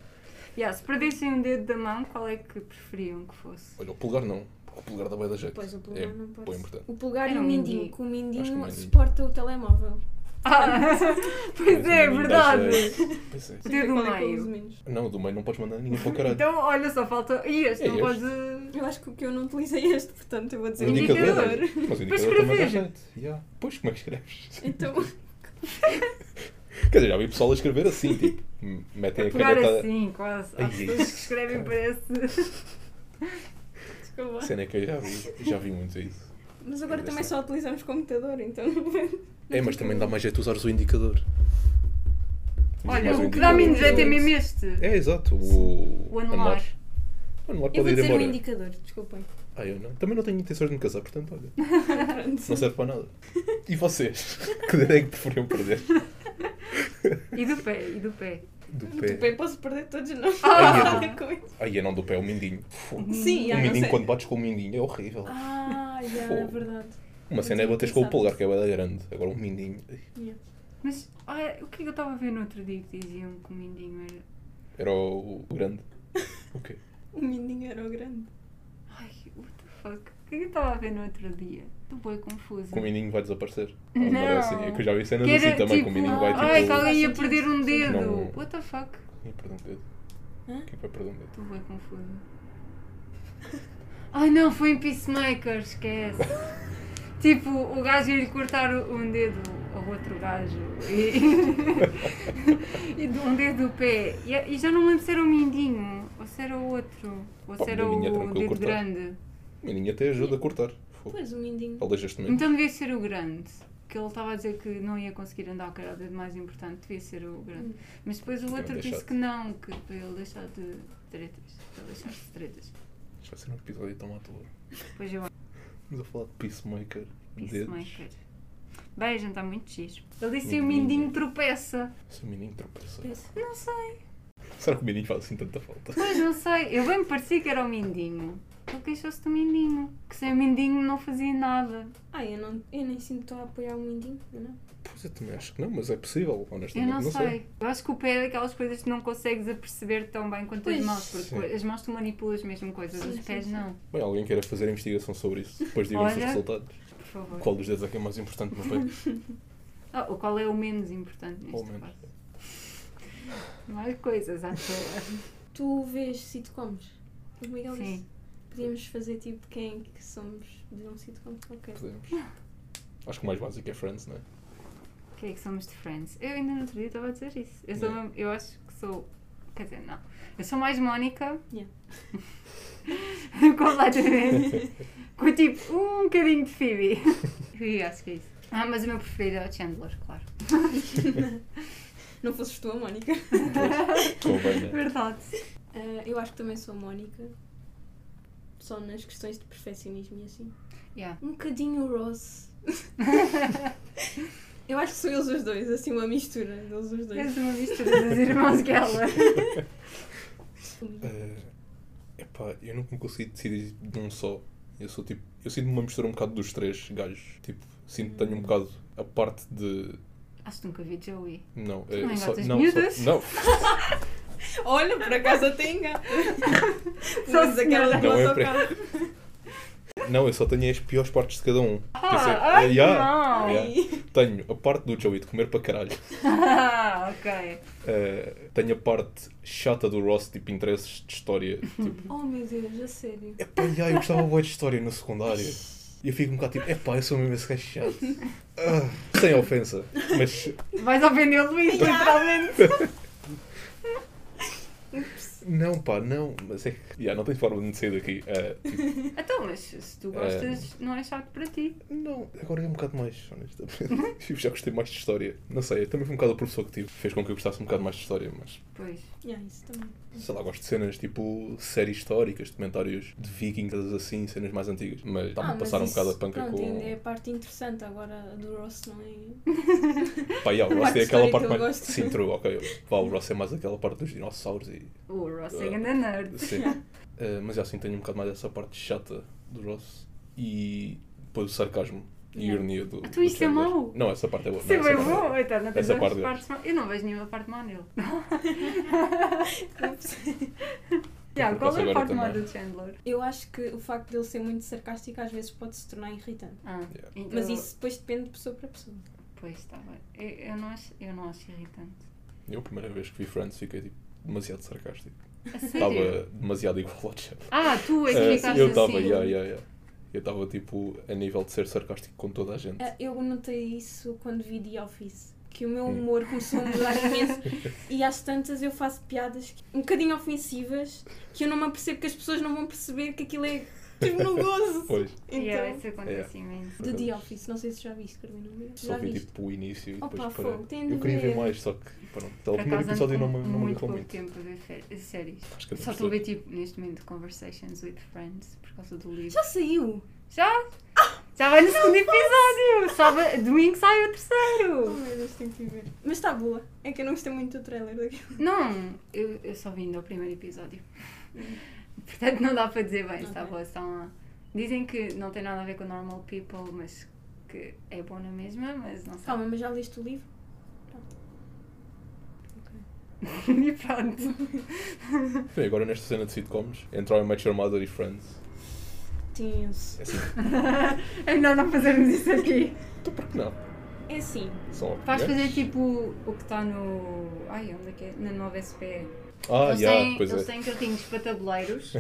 Yeah, se perdessem um dedo da mão, qual é que preferiam que fosse?
Olha, o polegar não. Porque o polegar dá boa da jeito.
Pois, o polegar
é,
não pode
bué
ser.
importante. é
O polegar e
Era
o
um
mindinho,
mindinho.
que o mindinho
um mindinho.
suporta o telemóvel.
Ah, pois é, é
Mas,
verdade.
eh, pois é.
O dedo
Qual é que eu
um meio.
uso menos?
Não, do meio não podes mandar ninguém para o caralho.
Então, olha, só falta. E este,
É
não
este.
pode.
Eu acho que o que eu não utilizei é este, portanto eu vou dizer é
O indicador.
indicador.
Mas o
Para
indicador também dá
escrever.
jeito. Yeah. Pois, como é que escreves?
Então,
Quer dizer, já vi pessoal a escrever assim, tipo, m- metem a
Pegar
caneta.
assim, quase. Há
Ai,
pessoas que escrevem, parece.
desculpa.
Cena é que eu já vi, já vi muito isso.
Mas agora
É
também só utilizamos computador, então.
É,
tipo
mas também dá mais jeito usares o indicador.
Olha,
Mais um
o que dá menos jeito é
indicador.
mesmo este.
É, exato, o.
O anular.
O anular
Eu
pode
vou
ir
dizer o
embora.
indicador, desculpem.
Ah, eu não. Também não tenho intenções de me casar, portanto, olha.
Pronto.
Não serve para nada. E vocês? Que dedo é que preferiam perder?
E do pé, e do pé.
Do
Do
pé.
pé posso perder todos nós.
Ah!
Nada com isso.
Ai, é não do pé, é o mindinho. Fogo.
Sim,
O
ah, não
Um mindinho,
sei.
quando bates com o mindinho, é horrível.
Ah, já, é
Fogo.
verdade.
Uma cena é
tinha
bateres com o
pensado.
polegar, que é bué grande. Agora o mindinho. ai,
Mas olha, o que é que eu estava a ver no outro dia que diziam que o mindinho era.
Era o, o grande. O quê?
O Um mindinho era o grande.
Ai, what the fuck? O que é que eu estava a ver no outro dia? Estou bem confusa.
Com o mindinho vai desaparecer.
Não.
Não. É, assim. é que eu já vi cenas
Que era,
assim também, com o mindinho vai tipo.
Ai, que alguém ia
Faz
perder um
sentido.
dedo.
Não.
What the fuck?
Ih, perdi um dedo.
Hã?
Quem vai perder um dedo?
Estou bem confusa. é Ai não, foi em Peacemaker, esquece. tipo, o gajo ia-lhe cortar o- um dedo ao outro gajo. E, e de- um dedo do pé. E, e já não me lembro se era o mindinho, ou se era o outro, ou
Pá,
se era
o
o
mindinho é
dedo
tranquilo cortar.
grande.
O mindinho até ajuda a cortar. Fogo.
Pois, o mindinho.
Aleijas-te mesmo.
Então devia ser o grande. Que ele estava a dizer que não ia conseguir andar, que era o dedo mais importante, devia ser o grande. Mas depois o
Também
outro disse
deixaste.
que não, que para ele deixar de tretas. Para ele deixar de tretas.
Isto vai ser um episódio tão à toa.
Depois eu
Vamos a falar de Peacemaker. Dedos.
Peacemaker. Beijam, está muito xixo. Ele disse que o
Mindinho.
mindinho tropeça.
Se o menino tropeça.
Pensa.
Não sei.
Será que o menino faz assim tanta falta?
Pois não sei. Eu bem me parecia que era o mindinho. Ele queixou-se do mindinho. Que sem o mindinho não fazia nada.
Ah, eu, não, eu nem sinto que estou a apoiar o mindinho, não?
Pois eu também acho que não, mas é possível,
Eu
honestamente.
não, sei. Eu acho que o pé é daquelas coisas que não consegues aperceber tão bem quanto as
Pois.
mãos. Porque
Sim.
as mãos tu manipulas mesmo coisas,
Sim,
os
sim,
pés
sim.
não.
Bem, alguém queira fazer a investigação sobre isso. Depois digam os
Olha.
resultados.
Por favor.
Qual dos dedos é que é mais importante, meu bem?
Ah, o qual é o menos importante
Ou
neste
menos.
caso? Mais coisas à toa.
Tu vês sitcoms? O Miguel
Sim.
disse. Podíamos fazer tipo quem é que somos de um sitcom. Ok.
Podemos. Acho que o mais básico é Friends, não é?
O que é que somos de Friends? Eu ainda no outro dia estava a dizer isso. Eu, sou,
Yeah.
eu acho que sou. Quer dizer, não. Eu sou mais Mónica.
Yeah.
Completamente. Com tipo um bocadinho de Phoebe. e acho que é isso. Ah, mas o meu preferido é o Chandler, claro.
Não fosses tu a Mónica.
Estou
É
bem,
É
né?
Verdade.
Ah, eu acho que também sou a Mónica. Só nas questões de perfeccionismo e assim.
Yeah.
Um bocadinho o Ross. eu acho que são eles os dois, assim, uma mistura deles os dois.
És uma mistura dos irmãos Geller.
Eh, epá, eu nunca me consegui decidir de um só. Eu sou tipo. Eu sinto-me uma mistura um bocado dos três gajos. Tipo, sinto que tenho um bocado a parte de.
Acho que nunca vi Joey.
Não, eh,
Tu não
só,
engatas
não,
miúdas?
só, não,
Olha, por acaso eu tenho
Só
Mas aquela
senhora.
do
Não é
autocarro.
não, eu só tenho as piores partes de cada um. Quer dizer,
Ah, ai,
eh, yeah,
não.
yeah. Tenho a parte do Joey de comer para caralho.
Ah, ok.
Eh, tenho a parte chata do Ross, tipo, interesses de história. Tipo,
Oh meu Deus, a sério.
epá, yeah, eu gostava bué de história no secundário. E eu fico um bocado tipo, epá, eu sou mesmo esse gajo chato. Ah, sem ofensa, mas
Vais ofender o Luís, literalmente.
Não, pá, não. Mas é que. Yeah, não tem forma de me sair daqui. É, tipo,
então, mas se tu gostas, não é chato para ti.
não, agora é um bocado mais,
Uhum.
honestamente. Eu já gostei mais de história. Não sei, também foi um bocado o professor que tive. Fez com que eu gostasse um bocado mais de história, mas.
Pois.
Yeah, isso também.
Sei lá, gosto de cenas tipo séries históricas, documentários de vikings, coisas assim, cenas mais antigas. Mas está-me a passar um bocado a panca
Ah, pronto, ainda é a
com.
parte interessante agora a do Ross, não é?
Pá, yeah, o
a
Ross
parte
é aquela
histórica
parte
eu
mais.
gosto.
Sim, true, ok. Vá, o Ross é mais aquela parte dos dinossauros e.
O Ross é
Ah.
ganda nerd.
Sim. Eh, mas assim, tenho um bocado mais essa parte chata do Ross e depois o sarcasmo e a
Yeah.
ironia do.
Ah, tu
do
isto é
Chandler.
mau?
Não, essa parte é boa.
Isso é
não,
bem
essa parte é
bom. Então, não tens
Essa parte
outras
eu
partes má. Eu não vejo nenhuma parte má nele. yeah,
Por
qual
acaso
é a
agora
parte má
também.
do Chandler?
Eu acho que o facto dele ser muito sarcástico às vezes pode se tornar irritante.
Ah,
Yeah.
então-
Mas isso depois depende de pessoa para pessoa.
Pois, está bem. Eu, eu, não acho, eu não acho irritante.
Eu, a primeira vez que vi Friends, fiquei tipo, demasiado sarcástico.
A sério?
Estava demasiado igual ao Chandler.
Ah, tu é que
Eh,
ficaste
eu
assim.
estava, yeah, yeah, yeah. Eu estava tipo, a nível de ser sarcástico com toda a gente.
Eh,
Ah, Eu notei isso quando vi The Office. Que o meu
Hum.
humor começou a mudar imenso. e às tantas eu faço piadas que- um bocadinho ofensivas que eu não me apercebo que as pessoas não vão perceber que aquilo é tipo no gozo.
Pois, Uhum.
Então,
Yeah, isso acontece imenso.
do The Office, não sei se já viste, Carolina. não vi.
só
Já
vi
viste?
tipo o início e
Opa,
depois
fogo,
parei.
tem de
Eu queria ver
ver.
mais, só que pronto. O
Por
primeiro
agarro
episódio não me não me
muito
ligou
pouco
muito.
tempo a ver fe- séries.
Acho que eu
Só
não
estou a ver
percebi.
tipo neste momento Conversations with Friends por causa do livro.
Já saiu!
Já? Já vai no segundo episódio! Sábado, domingo sai o terceiro!
Oh meu Deus, tenho que ver. Mas está boa. É que eu não gostei muito do trailer daquilo.
Não, eu, eu só vim ainda ao primeiro episódio. Portanto, não dá para dizer bem se está
Ok.
boa, se está má. Dizem que não tem nada a ver com normal people, mas que é bom na mesma, mas não sei.
Calma, mas já leste o livro?
e pronto.
Bem, agora nesta cena de sitcoms, entraram em Match Your Mother e Friends.
Tenso.
É assim,
é melhor não fazermos isso aqui.
então por que não?
É assim.
São
Vais fazer
opiniões.
tipo o que está no. Ai, onde é que é? Na nova SPE.
Ah,
eles
já,
têm,
pois
eles
é.
têm carrinhos para tabuleiros,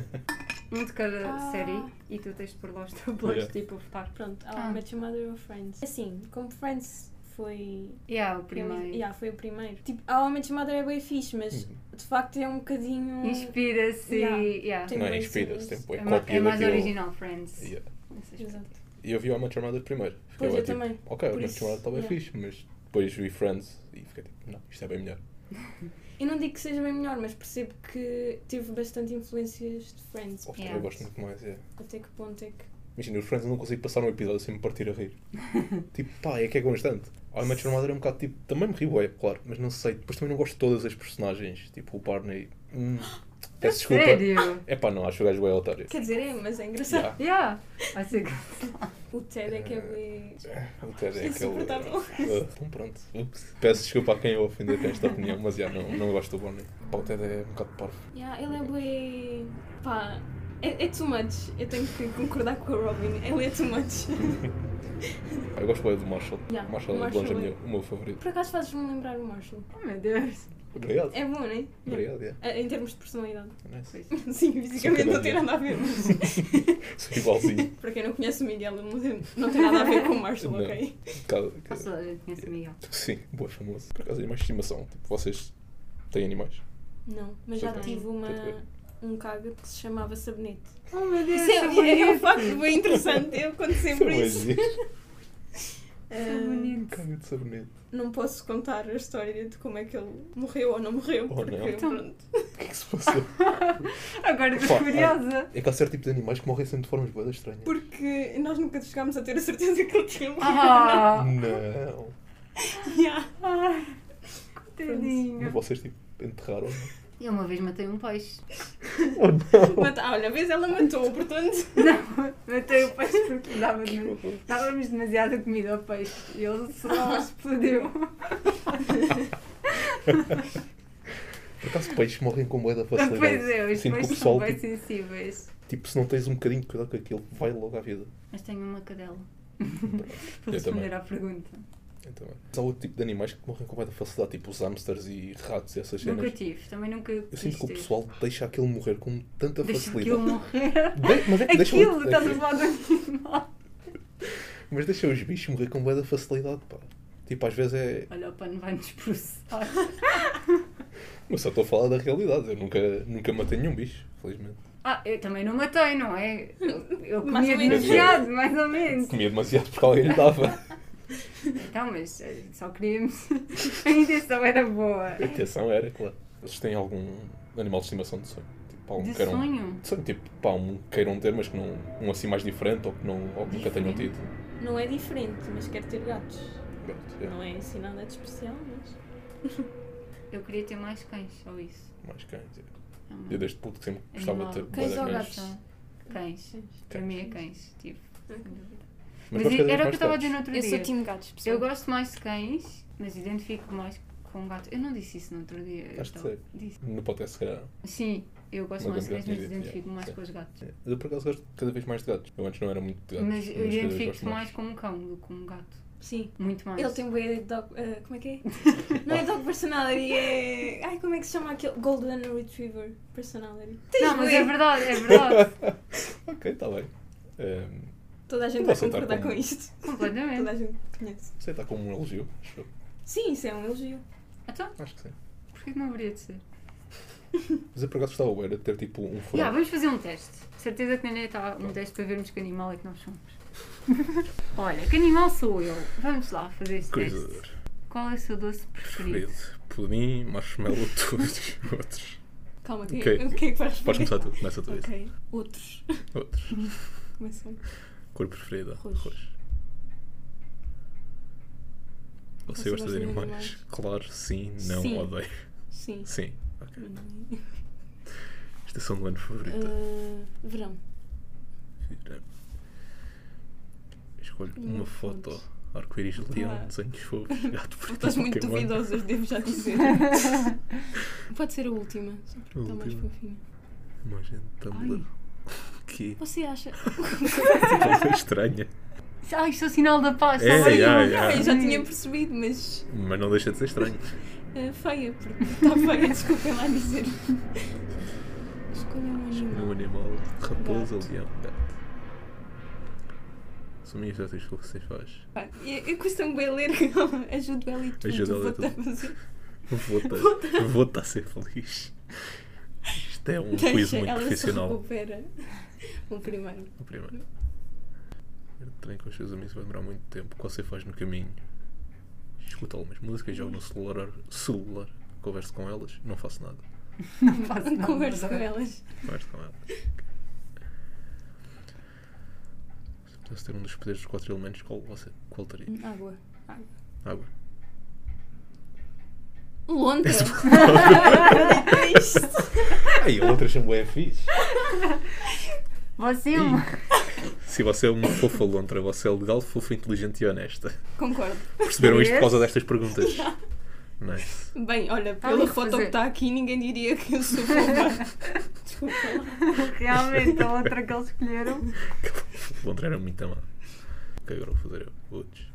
um de cada
Ah.
série, e tu tens de pôr lá os tabuleiros,
Yeah.
tipo, a votar.
Pronto,
Ah.
How I Met Your Mother or Friends. Assim, como Friends foi.
Yeah, o primeiro.
Yeah, foi o primeiro. Tipo, How I Met Your Mother é bem fixe, mas
Hum,
de facto é um bocadinho.
Inspira-se.
Yeah. Tipo,
Yeah.
Tem um-
Não é
bem
inspira-se,
cenas.
tempo é
É, ma-
cópia
é mais
daquilo.
original, Friends.
Yeah.
Nesse
Exato.
E eu vi o Match Your Mother primeiro. Fiquei
Pois,
bué
eu
tipo,
também.
Ok, o
Por
Match
isso,
Your Mother estava
yeah.
fixe, mas depois vi Friends e fiquei tipo, não, isto é bem melhor.
Eu não digo que seja bem melhor, mas percebo que teve bastante influências de Friends.
Ou seja,
Yeah.
Eu gosto muito mais, é.
Até que ponto é que.
Imagina, os Friends eu não consigo passar um episódio sem me partir a rir. tipo, pá, é que é constante. How I Met Your Mother é um bocado tipo, também me rio, é claro, mas não sei, depois também não gosto de todas as personagens, tipo o Barney. Hum, peço desculpa.
Sério?
É pá, não, acho que o gajo é otário.
Quer dizer, é, mas é engraçado.
Yeah.
Yeah. Vai ser que-
O Ted é que é
Eh,
bem.
O Ted é aquele.
Insuportável.
Ah, então pronto, ups. Peço desculpa a quem eu ofender com esta opinião, mas já não, não gosto do Barney. Pá, o Ted é um bocado parvo.
Yeah, ele é bem. pá. É, é too much. Eu tenho que concordar com a Robin. Ele é too much.
Eu gosto bem do Marshall.
Yeah,
O Marshall é de
Marshall
longe
é-
a minha- o meu favorito.
Por acaso fazes-me lembrar o Marshall.
Oh meu Deus.
Obrigado.
É bom, não é?
Obrigado, é.
Ah, Em termos de personalidade.
Nice.
Pois.
Sim, fisicamente não tem
Só que
nada a ver. Mas...
Sou igualzinho.
Para quem não conhece o Miguel, ele não tem- não tem nada a ver com o Marshall,
Não.
ok?
Um bocado-
Posso falar, eu conheço o Miguel.
Sim, boa famosa. Por acaso, animais de estimação. Tipo, vocês têm animais?
Não, mas já
Ok.
tive uma,
Tudo bem.
um caga que se chamava Sabonete.
Oh meu Deus.
Isso é, é um facto bem interessante, eu conto sempre isso.
Sabonete.
Ah,
Caga de sabonete.
não posso contar a história de como é que ele morreu ou não morreu,
Oh,
porque
não.
Então-
pronto.
O que é que se passou?
Agora estou
Pá,
curiosa.
É que há certo tipo de animais que morrem sempre de formas boas estranhas.
Porque nós nunca chegámos a ter a certeza que ele tinha morrido.
Ah,
Não.
Ah, Yeah.
Mas
Ah.
tadinho.
vocês, tipo, enterraram.
Ah. Eu uma vez matei um peixe.
Oh, não.
Mas, ah, olha, a vez ela matou, portanto.
Não, matei o peixe porque dava
Que
de...
horror.
dávamos demasiada comida ao peixe e ele só explodiu.
Por acaso, peixes morrem com moeda facilidade.
pois é, os
Sinto que o
peixes assim.
pessoal,
são bem
tipo,
sensíveis.
tipo, se não tens um bocadinho de cuidado com aquilo, vai logo à vida.
Mas tenho uma cadela.
Eu
Uhum. Para responder
também.
à pergunta.
Então, é. Mas há outro tipo de animais que morrem com moeda facilidade, tipo os hamsters e ratos e essas cenas.
Nunca tive, também nunca
Eu
quis
sinto que o
ter.
pessoal deixa aquilo morrer com tanta
Deixa aquilo
facilidade.
morrer.
De- mas é que deixa
aquilo,
o-
estás a
é que-
falar do animal.
Mas deixa os bichos morrer com moeda facilidade, pá. Tipo, às vezes é.
Olha, o pano vai-nos processar.
Mas só estou a falar da realidade. Eu nunca, nunca matei nenhum bicho, felizmente.
Ah, eu também não matei, não é? Eu, eu
Mais
comia
ou menos.
é.
demasiado, mais ou menos.
Comia demasiado porque alguém lhe dava.
Então, mas eh, só queríamos. A intenção era boa.
A intenção era, claro. Vocês têm algum animal de estimação de sonho? Tipo, algum
De
que queiram.
sonho?
de sonho, tipo, pá, um que queiram ter, mas que não. Um assim mais diferente ou que, não, ou que nunca tenham tido.
Diferente.
Não é diferente, mas quero ter gatos.
Pronto, é.
Não é assim nada de especial, mas.
Eu queria ter mais cães, só isso.
Mais cães. é.
É uma-
Eu desde puto que sempre gostava de ter
Animal.
Cães
bué de
ou
cães.
gatos?
Cães. Para mim é cães, tipo. sem dúvida.
Mas
Mas,
gosto cada
era o que eu
vez
estava a
mais
dizer no
de gatos.
outro
Eu
dia.
sou tipo time gatos, pessoal.
Eu gosto mais de cães, mas identifico mais com gato. Eu não disse isso no outro dia. eu
Acho que
tava-
sei.
disse.
No podcast, se calhar. não.
Sim, eu gosto
Mas
mais
eu
de
gosto
cães, mas
de identificar,
identifico mais
sim.
com os gatos.
É, Eu por acaso gosto cada vez mais de gatos. Eu antes não era muito de gatos.
Mas eu
cada vez
identifico-te
gosto
mais como um cão do que como um gato.
Sim.
Muito mais.
Ele tem bem dog. ah, como é que é? Não é dog personality, é. Ai, como é que se chama aquele? Golden Retriever personality. Tens
Não, mas
bué.
é verdade, é verdade.
Ok, está bem. Ehm,
Toda a gente
Não
vai
posso entrar
concordar
como-
com isto. Toda
É.
Completamente.
a gente conhece.
Não sei, está como um elogio, acho eu.
Sim, isso é um elogio.
Então,
Acho que sim.
porquê que não haveria de ser?
Mas eu por acaso gostava era de ter tipo um furão.
Yeah, vamos fazer um teste. Certeza que nem está um teste para vermos que animal é que nós somos. Olha, que animal sou eu? Vamos lá fazer este teste.
Curiosidade.
Qual é o seu doce preferido?
pudim, marshmallow, tudo e outros.
Calma, quem,
Ok.
quem é que vai responder?
Podes começar tu, começa tu.
Ok. Outros.
Outros.
Começam.
Cor preferida?
Roxo.
Você gosta de animais? Claro, sim, não,
Sim.
odeio.
Sim.
Sim, ok. é
Hum,
Estação do ano favorita.
ah, verão.
Escolho
Hum,
uma foto.
pronto.
Arco-íris, leão,
Ah.
desenhos fofos, gato preto.
Estás muito
Pokémon.
duvidosas, devo já dizer. Pode ser a última, só porque
A
está mais
última.
fofinha.
Uma gente Tumblr. O quê?
Você acha.
Coisa estranha.
Ah, isto é o sinal da paz.
É,
sabe?
yeah,
Eu
yeah.
já tinha percebido, mas
Mas não deixa de ser estranho.
ah, feia, porque está feia, desculpem lá dizer. Escolha um animal.
Um animal, raposa,
Gato.
leão, gato. São minhas dessas que você faz.
Pá, Eu, eu costumo bem ler, ajudo ela e tudo.
Ajuda ela e Tá,
vou-te a
tudo.
fazer.
Vou-te vou a ser feliz. Isto é um quiz
Deixa,
muito
ela se
profissional.
recupera. O primeiro.
O primeiro. Ir de trem com os seus amigos vai demorar muito tempo. O que você faz no caminho? Escuta algumas músicas, jogo no celular, celular, converso com elas, não faço nada.
Não faço nada.
Converso com elas.
Converso com elas. Se pudesse ter um dos poderes dos quatro elementos, qual, você, qual teria?
Água.
Água.
Lontra.
Ai, outras são bem fixe.
Você é uma.
Se você é uma fofa lontra, você é legal, fofa, inteligente e honesta.
Concordo.
Perceberam isto por
Yes.
causa destas perguntas? Nice.
Bem, olha,
Ah,
pela
vou
foto
fazer.
que está aqui, ninguém diria que eu sou fofa. Desculpa lá.
Realmente, a outra que eles escolheram.
O Lontra era muito amado. Ok, agora vou fazer eu. Outros.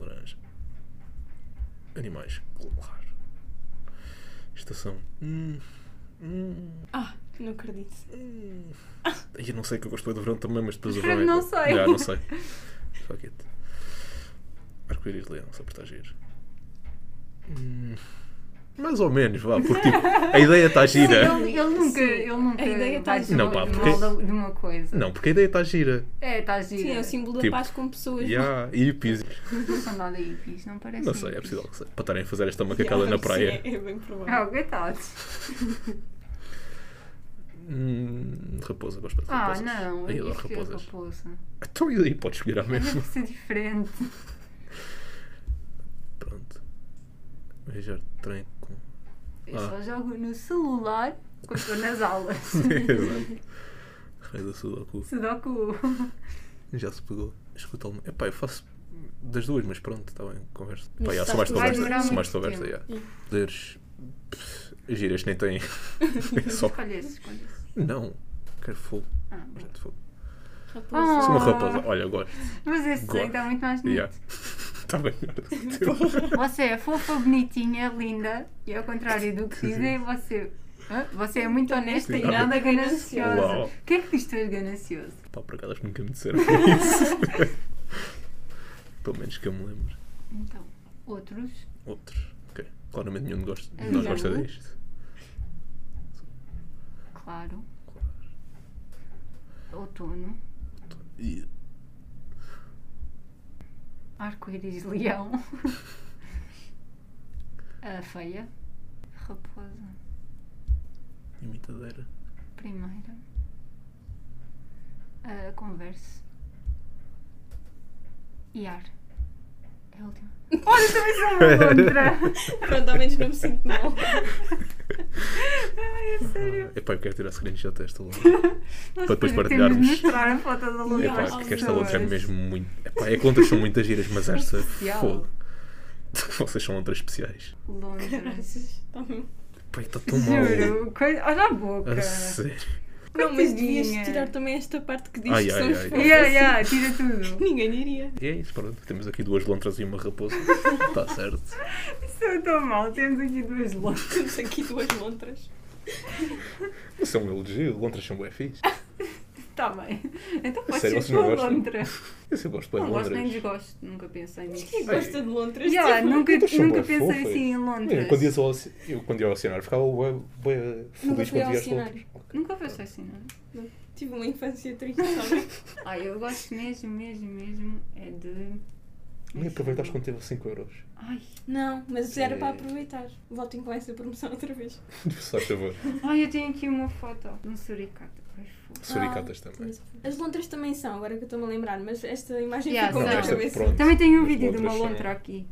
Laranja. Animais. Claro. Estação. Hum. Hum.
Ah, não acredito.
Hum. Ai, Eu não sei que eu gosto bem do verão também, mas depois o
Escreve,
verão. é-
não sei.
Já, não sei. Fuck it. Arco-íris leão, só por estar giro. Hum. Mais ou menos, vá, porque tipo, a ideia está gira.
Ele, ele nunca,
Sim.
ele nunca
A ideia tá
vai
gira.
Não, pá,
de
porque-
mal de uma coisa.
Não, porque a ideia está gira.
É, está gira.
Sim, é o símbolo da
Tipo,
paz com pessoas.
Yeah, hippies.
Não são nada hippies, não parece.
Não sei, é
hippies.
possível que seja. Para estarem a fazer esta macacada na praia.
Sim, é, é bem provável.
Ah, coitados.
Hum, raposa, gosto de
Ah,
raposas.
não,
eu
eu
adoro
escolhi a
raposas.
raposa.
Então e aí podes escolher a
Deve
mesma.
ser é diferente.
Pronto. Viajar de trem com.
Eu
Ah.
só jogo no celular quando estou nas aulas.
Exato. Rei do Sudoku.
Sudoku.
Já se pegou. Escuta alguma. Epá, eu faço das duas, mas pronto, está bem, conversa.
Mas
Pá, já, sou
sabes
mais
que
de
vai
conversa.
demorar
Sou mais de
muito
conversa, já.
tempo.
Poderes. pff, Giras, nem tem. é só.
Escolhe esse, escolhe esse.
Não. Quero fogo.
Ah, bom.
Projeto de fogo.
Raposa.
Ah.
Sou uma raposa. Olha, eu gosto.
mas esse
Gosto.
desenho está muito mais bonito.
Já. Está Tá bem melhor do que o teu.
Você é fofa, bonitinha, linda e ao contrário do que dizem, você, Hã? você é muito honesta e
Sim.
nada
Uau.
gananciosa. O que é que diz que tu és ganancioso?
Pá, por acaso acho que nunca me disseram isso. Pelo menos que eu me lembro.
Então, outros.
Outros. Ok. Claramente nenhum de nós de
É
nós
não.
gosta disto.
Claro.
Claro.
Outono.
E
Arco-íris leão. A feia. Raposa.
imitadeira.
Primeira. A converse. E ar. É a última. Olha, também sou uma lontra!
Pronto, ao menos não me sinto mal.
Ai, é sério.
Ah, Epá, eu quero tirar screenshot desta logo.
Nós
Para depois
temos de
partilharmos.
mostrar a foto da Luna
Yeah.
Epá,
às
Ai,
que esta
pessoas.
outra é mesmo muito. Epá, é que outras são muitas giras, mas esta.
Especial.
Fogo. Vocês são outras especiais.
Londres.
Graças. Tá bem.
Epá, está tão mal. Ah,
Juro. Coisa... Olha a boca.
A sério.
Não, mas devias
Coitadinha.
tirar também esta parte que diz
Ai,
que
ai,
somos
ai, ai.
fofas.
Yeah, yeah, tira tudo.
Ninguém diria.
E é isso, pronto. Temos aqui duas lontras e uma raposa. Está certo.
Isso é tão mal. Temos aqui duas lojas.
Temos aqui duas montras.
Isso é um elogio. Lontras são bem fixe.
Está Tá bem. Então
A
podes
sério,
ser
vocês não
tua
gostam?
lontra.
Isso eu gosto bem
Não
de
gosto
lontras.
nem desgosto. Nunca pensei nisso. é
Quem gosta de lontras?
Yeah,
Tipo,
nunca
Lontras são
nunca
bué
pensei
fofas.
assim em
Eu
Londres.
quando, ia ao, oce- eu quando ia ao cenário ficava bué, bué
Nunca
feliz
fui
quando
ao
via as
cenário.
lontras.
Nunca pensei assim, não.
Tive uma infância triste, sabem?
Ai, eu gosto mesmo, mesmo, mesmo. É de.
Nem aproveitaste quando teve 5 euros.
Ai,
Não, mas era
É.
para aproveitar. Voltem com essa promoção outra vez.
Só favor.
ai, eu tenho aqui uma foto de um suricata. Pois foi.
Suricatas
Ah,
também.
Ah, As lontras também são, agora que eu estou-me a lembrar, mas esta imagem
Yeah,
ficou
são.
na
Esta,
cabeça.
pronto.
Também tenho um
As
vídeo de uma
lontras são-
lontra aqui.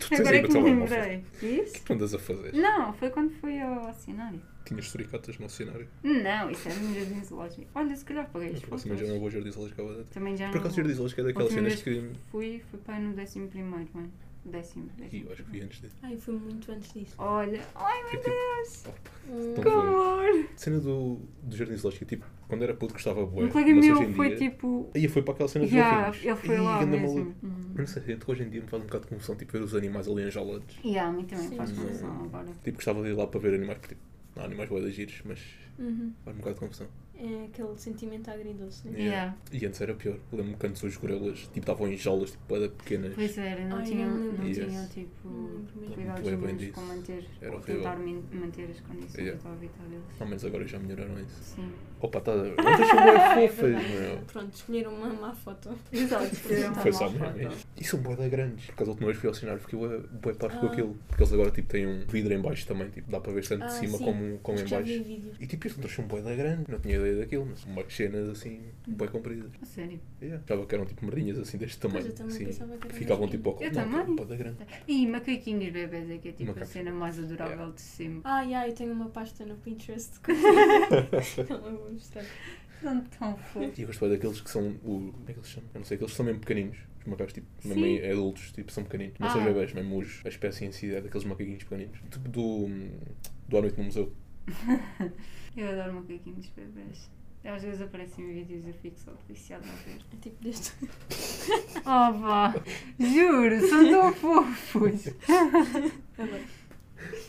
Tu tens
Agora
aí
é
no
que me
telemóvel.
lembrei. Isso?
O que andas a fazer?
Não, foi quando fui ao cenário.
Tinhas suricatas no cenário?
Não, isso é no jardim zoológico. Olha, se calhar paguei
Eu
as
É, por acaso também já não
fotos.
vou ao Jardim Zoológico Cavadete.
Também já
Por acaso o Jardim Zoológico é daquelas
Última
cenas que...
Fui, fui para aí no décimo primeiro, mano. Décimo,
Ih,
décimo.
eu acho que vi antes dele.
Ai, foi muito antes disso.
Olha, ai
É
meu
tipo-
Deus,
Hum,
que
Então-
amor!
Cena do, do Jardim Zoológico, tipo, quando era puto gostava bué,
Um colega
mas hoje
meu
em
foi
dia...
tipo.
Aí foi para aquela cena dos
Yeah,
golfinhos.
ele foi
Ih,
lá
ganda
mesmo.
maluco. Hum.
Uhum.
Eu não sei, gente, que hoje em dia me faz um bocado de confusão, tipo, ver os animais ali enjaulados.
Yeah, a mim também
Sim.
faz
Não.
confusão agora.
Tipo, gostava de ir lá para ver animais, porque, tipo, há animais bué de giros, mas
uhum.
faz um bocado de confusão.
É aquele sentimento agridoce, né?
Yeah.
E antes era pior. Lembro-me que antes os gorelas, tipo, estavam em jaulas, tipo, bué de pequenas.
Pois era, não
Ai,
tinha,
não lembro
não
disso.
tinha
É.
tipo.
Não lembro mesmo.
Cuidados
Lembro bem
humanos
disso.
com manter.
Era
ou
horrível.
tentar min- manter as condições
Yeah.
do habitat deles.
Ao menos agora já melhoraram isso.
Sim.
Opa, tá. Outras são bué
É
fofas,
verdade.
meu.
Pronto, escolheram uma má foto.
Exato,
Foi
Foi
Tá
só
mal
mesmo isto. E são bué da grandes. Por causa da última vez que fui ao cenário, fiquei bué, bué parvo com
Ah.
aquilo. Porque eles agora, tipo, têm um vidro em baixo também, tipo, dá para ver tanto de
Ah,
cima
sim.
como, como
Acho
em
que já vi
baixo.
vídeo.
E tipo, isso não são bué da grande. Não tinha ideia daquilo, mas são bué cenas assim, bué compridas.
A sério.
Yeah. Achava que eram tipo merdinhas assim deste tamanho.
Hum. Pois, eu também
assim,
pensava que
que
era
ficavam
mais
tipo ao
Eu
não,
também.
tipo, bué da grande.
E macaquinhos bebês é que é tipo a
Macacos.
cena mais adorável de sempre.
Ah, yeah, eu tenho uma pasta no Pinterest. não, eu vou mostrar. É
São tão fofos.
E eu gosto bué daqueles que são. O, como é que eles se chamam? Eu não sei, aqueles que são mesmo pequeninos. Os macacos, tipo, mesmo
Sim.
em- adultos, tipo, são pequeninos. Não são
Ah.
bebés, mesmo os, a espécie em si é daqueles macaquinhos pequeninos. Tipo do. do À Noite no Museu.
Eu adoro macaquinhos bebês. Às vezes aparecem vídeos e eu fico só viciada a ver.
É tipo deste.
Oh vá, juro, são tão fofos.
Agora,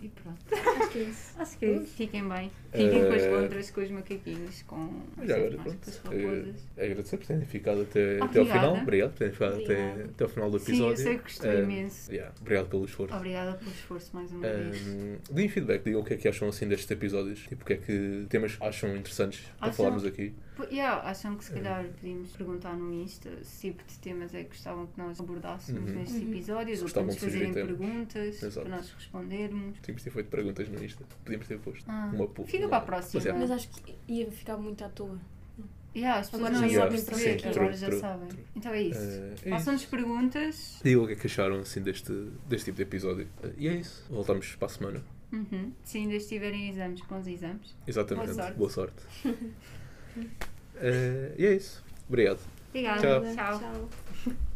E pronto,
acho que é isso.
acho que fiquem bem. Fiquem com as
Eh,
lontras, com os macaquinhos, com as
Já agora,
mais, com as
pronto.
raposas.
É, agradecer por terem ficado até, até ao
Ah, Obrigada.
final. Obrigado por terem ficado até,
Obrigada.
até ao final do
Sim, eu
episódio.
sei que gostei
Eh,
imenso.
yeah, obrigado pelo esforço.
Obrigada pelo esforço mais uma
eh,
vez.
Ahm, deem feedback, digam o que é que acham assim destes episódios, tipo o que é que temas acham interessantes para
Acham-
falarmos aqui.
Pô, yeah, acham que se
eh,
calhar podíamos perguntar no Insta se tipo de temas é que gostavam que nós abordássemos
Uhum.
nestes
Uhum.
episódios ou para
Gostavam
nos
de sugerir
fazerem
temas.
perguntas,
Exato.
para nós respondermos.
Podíamos ter feito perguntas no Insta, podíamos ter posto
Ah,
uma é. pu-
fica
uma-
para a próxima.
Mas, yeah.
Mas acho que ia ficar muito à toa.
Yeah, as pessoas
Agora
não
já
iam
sabem para
perceber,
quê.
agora
True,
já
true,
sabem.
true.
Então é isso.
Eh, é
Façam-nos
isso.
perguntas.
Digam o que é que acharam assim deste, deste tipo de episódio. Eh, E é isso. Voltamos para a semana.
Uhum. Se ainda estiverem em exames, bons exames.
Exatamente.
Boa sorte.
sorte. Eh, e é isso. Obrigado.
Obrigada.
Tchau.
Tchau.
Tchau.